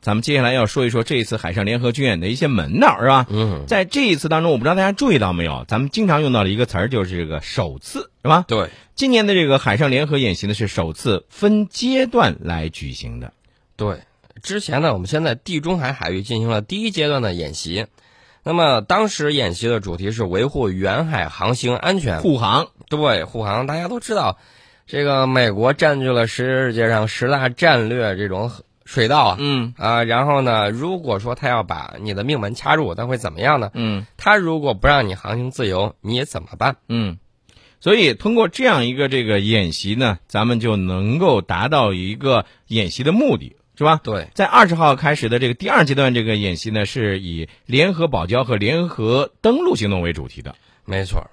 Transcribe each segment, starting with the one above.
咱们接下来要说一说这一次海上联合军演的一些门道，是吧？嗯，在这一次当中，我不知道大家注意到没有，咱们经常用到的一个词儿就是这个“首次”，是吧？对，今年的这个海上联合演习呢是首次分阶段来举行的。对，之前呢，我们先在地中海海域进行了第一阶段的演习，那么当时演习的主题是维护远海航行安全，护航，对护航。大家都知道，这个美国占据了世界上十大战略这种水道啊。嗯啊，然后呢？如果说他要把你的命门掐住，他会怎么样呢？嗯他如果不让你航行自由，你怎么办？嗯。所以通过这样一个这个演习呢，咱们就能够达到一个演习的目的，是吧？对，在二十号开始的这个第二阶段这个演习呢，是以联合保交和联合登陆行动为主题的。没错儿，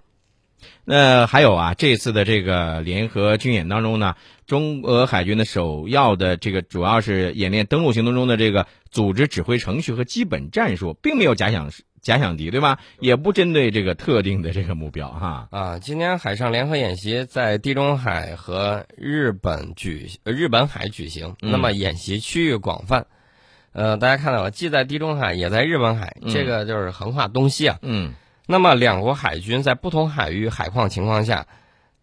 那还有啊，这次的这个联合军演当中呢，中俄海军的首要的这个主要是演练登陆行动中的这个组织指挥程序和基本战术，并没有假想假想敌，对吧？ 也不针对这个特定的这个目标哈。啊，今年海上联合演习在地中海和日本举呃日本海举行，嗯那么演习区域广泛，呃，大家看到了，既在地中海也在日本海，嗯这个就是横跨东西啊。嗯那么两国海军在不同海域海况情况下，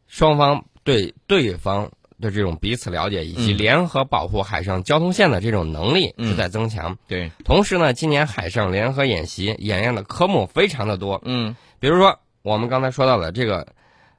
双方对对方的这种彼此了解以及嗯联合保护海上交通线的这种能力嗯是在增强。对，同时呢，今年海上联合演习演练的科目非常的多，嗯比如说我们刚才说到的这个，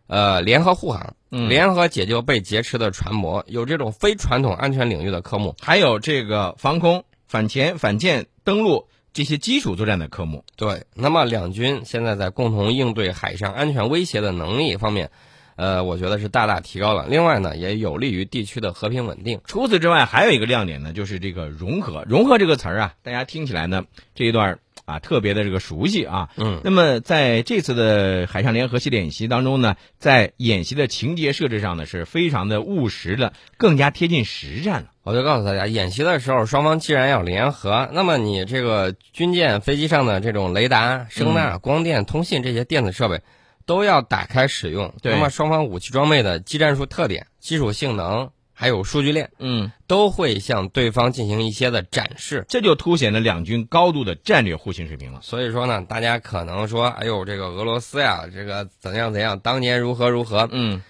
呃，联合护航，嗯联合解救被劫持的船舶，有这种非传统安全领域的科目。还有这个防空、反潜、反舰、登陆这些基础作战的科目。对，那么两军现在在共同应对海上安全威胁的能力方面，呃，我觉得是大大提高了。另外呢，也有利于地区的和平稳定。除此之外，还有一个亮点呢，就是这个融合。融合这个词儿啊，大家听起来呢这一段儿啊特别的这个熟悉啊。嗯，那么在这次的海上联合系列演习当中呢，在演习的情节设置上呢，是非常的务实的，更加贴近实战了。我就告诉大家，演习的时候，双方既然要联合，那么你这个军舰、飞机上的这种雷达、声呐、光电、通信这些电子设备，都要打开使用。对那么双方武器装备的技战术特点、基础性能，还有数据链，嗯，都会向对方进行一些的展示。这就凸显了两军高度的战略互信水平了。所以说呢，大家可能说，哎呦，这个俄罗斯呀，这个怎样怎样，当年如何如何，嗯，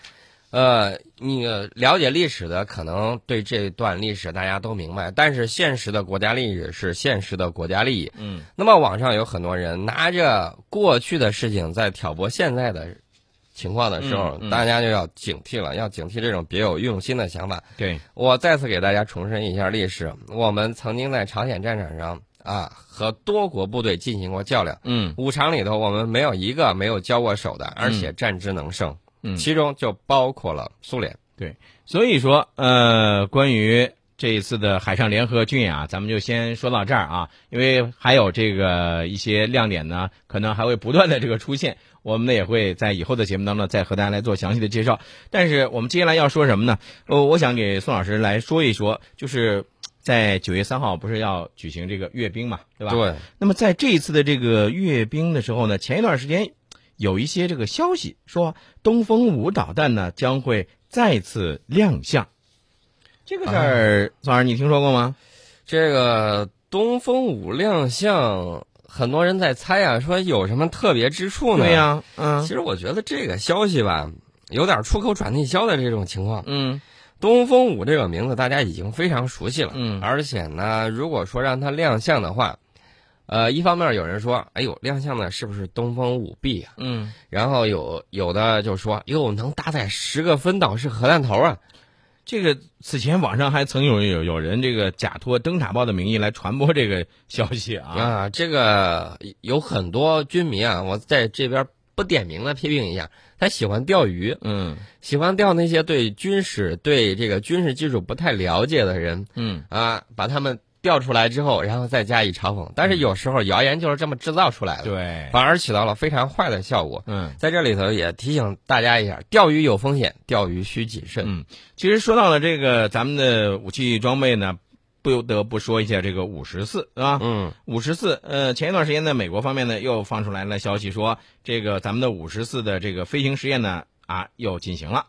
呃，你了解历史的，可能对这段历史大家都明白，但是现实的国家利益是现实的国家利益。嗯，那么网上有很多人拿着过去的事情在挑拨现在的情况的时候，嗯嗯大家就要警惕了，要警惕这种别有用心的想法。对，我再次给大家重申一下历史，我们曾经在朝鲜战场上啊和多国部队进行过较量。嗯五场里头，我们没有一个没有交过手的，而且战之能胜，嗯。其中就包括了苏联。所以说，呃，关于这一次的海上联合军演啊，咱们就先说到这儿啊，因为还有这个一些亮点呢，可能还会不断的这个出现，我们呢也会在以后的节目当中再和大家来做详细的介绍。但是我们接下来要说什么呢？呃，我想给宋老师来说一说，就是在九月三号不是要举行这个阅兵嘛，对吧？对，那么在这一次的这个阅兵的时候呢，前一段时间有一些这个消息说，东风五导弹呢将会再次亮相。这个事儿，宋老师你听说过吗？这个东风五亮相，很多人在猜啊，说有什么特别之处呢？对呀、嗯其实我觉得这个消息吧，有点出口转内销的这种情况。嗯东风五这个名字大家已经非常熟悉了，嗯而且呢，如果说让它亮相的话，呃，一方面有人说，哎呦，亮相的是不是东风五 B 啊？嗯，然后有有的就说，哟，能搭载十个分导式核弹头啊？这个此前网上还曾有有有人这个假托灯塔报的名义来传播这个消息啊。啊，这个有很多军迷啊，我在这边不点名的批评一下，他喜欢钓鱼，嗯喜欢钓那些对军事、对这个军事技术不太了解的人。嗯啊，把他们调出来之后，然后再加以嘲讽。但是有时候谣言就是这么制造出来的，嗯对，啊反而起到了非常坏的效果。嗯。在这里头也提醒大家一下，钓鱼有风险，钓鱼需谨慎。嗯其实说到了这个咱们的武器装备呢，不得不说一下这个五十四啊，嗯五十四，呃，前一段时间呢，美国方面呢又放出来了消息说，这个咱们的五十四的这个飞行实验呢，啊，又进行了。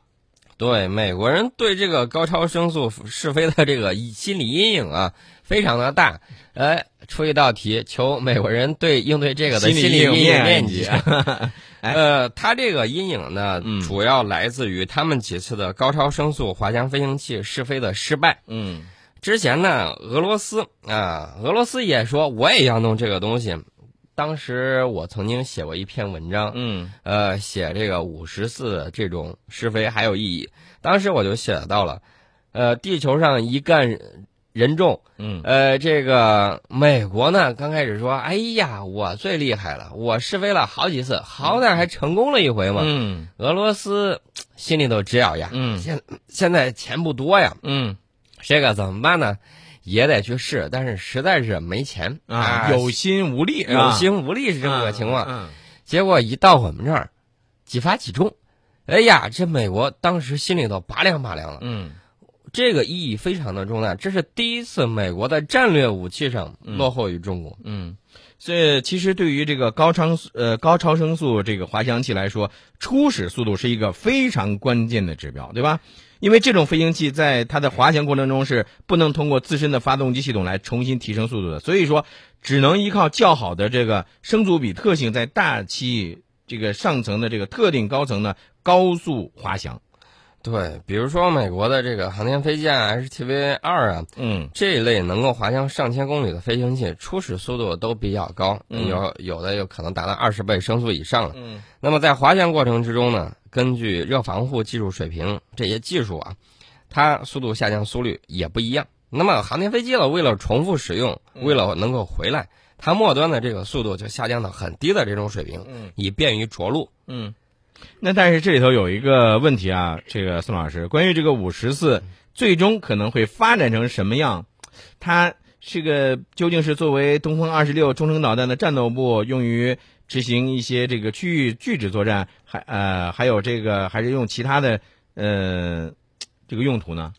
对，美国人对这个高超声速试飞的这个心理阴影啊， 非常的大。哎，出一道题，求美国人对应对这个的心理阴影影面积 积。啊，呃，它这个阴影呢嗯，主要来自于他们几次的高超声速滑翔飞行器试飞的失败。嗯之前呢，俄罗斯啊，俄罗斯也说我也要弄这个东西。当时我曾经写过一篇文章，嗯呃，写这个五十次这种试飞还有意义。当时我就写到了，呃，地球上一干人众， 嗯呃，这个美国呢，刚开始说，哎呀，我最厉害了，我试飞了好几次，好歹还成功了一回嘛。嗯俄罗斯嘖心里头直咬牙，嗯现现在钱不多呀，嗯这个怎么办呢？也得去试，但是实在是没钱啊，有心啊无力，是吧有心无力是这么个情况。嗯结果一到我们这儿，几发几中，哎呀，这美国当时心里头拔凉拔凉了。嗯这个意义非常的重啊大，这是第一次美国在战略武器上落后于中国。嗯，所以其实对于这个高超呃高超声速这个滑翔器来说，初始速度是一个非常关键的指标，对吧？因为这种飞行器在它的滑翔过程中是不能通过自身的发动机系统来重新提升速度的，所以说只能依靠较好的这个升阻比特性，在大气这个上层的这个特定高层呢高速滑翔。对，比如说美国的这个航天飞机啊，STV 二啊，嗯这一类能够滑翔上千公里的飞行器，初始速度都比较高，嗯有有的有可能达到二十倍声速以上了。嗯那么在滑翔过程之中呢，根据热防护技术水平这些技术啊，它速度下降速率也不一样。那么航天飞机了，为了重复使用，嗯为了能够回来，它末端的这个速度就下降到很低的这种水平，嗯。以便于着陆。嗯，那但是这里头有一个问题啊，这个宋老师，关于这个五十四最终可能会发展成什么样，它这个究竟是作为东风二十六中程导弹的战斗部用于执行一些这个区域拒止作战，还呃还有这个还是用其他的呃这个用途呢？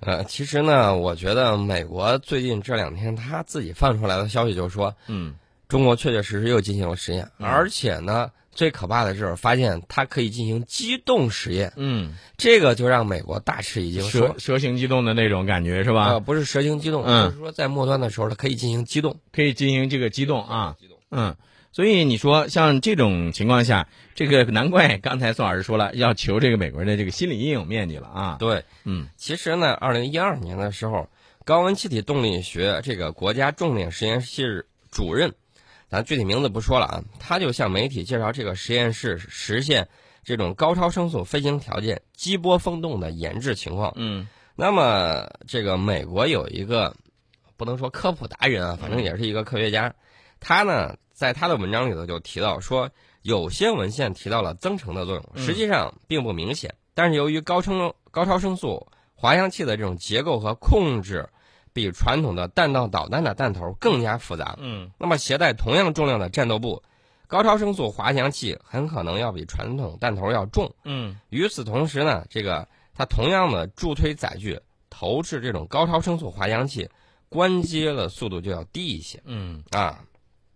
呃，其实呢，我觉得美国最近这两天他自己放出来的消息就说，嗯中国确确实实又进行了实验，嗯而且呢，最可怕的是发现它可以进行机动实验，嗯，这个就让美国大吃一惊，说蛇蛇形机动的那种感觉是啊、吧？不是蛇形机动，嗯就是说在末端的时候它可以进行机动可以进行这个机动啊。机动。嗯，所以你说像这种情况下，这个难怪刚才宋老师说了，要求这个美国人的这个心理阴影面积了啊。对，嗯其实呢，二零一二年的时候，高温气体动力学这个国家重点实验室主任，咱具体名字不说了啊，他就向媒体介绍这个实验室实现这种高超声速飞行条件激波风洞的研制情况。嗯那么，这个美国有一个不能说科普达嗯人啊，反正也是一个科学家，他呢在他的文章里头就提到说，有些文献提到了增程的作用，嗯实际上并不明显。但是由于高超高超声速滑翔器的这种结构和控制，比传统的弹道导弹的弹头更加复杂。嗯那么携带同样重量的战斗部，高超声速滑翔器很可能要比传统弹头要重。嗯与此同时呢，这个它同样的助推载具投掷这种高超声速滑翔器，关机了速度就要低一些嗯。啊。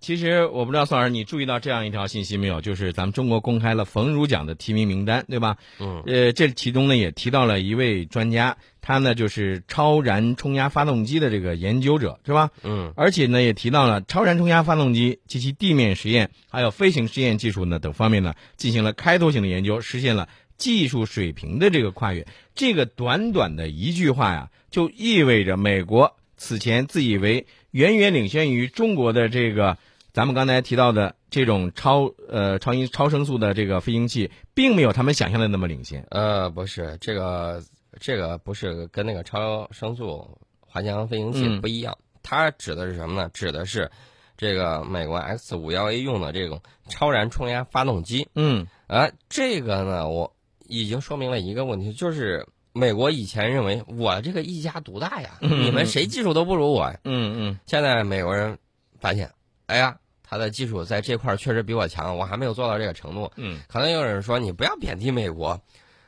其实我不知道宋老师你注意到这样一条信息没有，就是咱们中国公开了冯汝奖的提名名单，对吧？嗯，呃，这其中呢也提到了一位专家，他呢就是超燃冲压发动机的这个研究者，是吧？嗯，而且呢，也提到了超燃冲压发动机及其地面实验，还有飞行试验技术呢等方面呢，进行了开拓性的研究，实现了技术水平的这个跨越。这个短短的一句话呀，就意味着美国此前自以为远远领先于中国的这个，咱们刚才提到的这种超呃超音超声速的这个飞行器，并没有他们想象的那么领先。呃，不是这个，这个不是跟那个超声速滑翔飞行器嗯不一样，它指的是什么呢？指的是这个美国 X 五幺 A 用的这种超燃冲压发动机。嗯啊，这个呢，我已经说明了一个问题，就是美国以前认为我这个一家独大呀，嗯你们谁技术都不如我呀。嗯现在美国人发现，哎呀，他的技术在这块儿确实比我强，我还没有做到这个程度。嗯可能有人说，你不要贬低美国。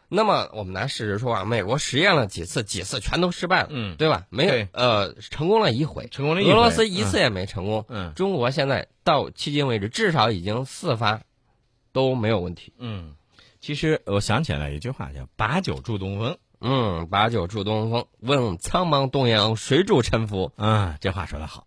那么我们拿事实说话，美国实验了几次，几次全都失败了，嗯嗯，对吧？没有对，呃，成功了一回，成功了一回。俄罗斯一次也没成功。嗯。嗯中国现在到迄今为止，至少已经四发都没有问题。嗯，其实我想起来一句话叫“把酒祝东风”，嗯，把酒祝东风，问苍茫东阳，谁助沉浮？啊，这话说的好。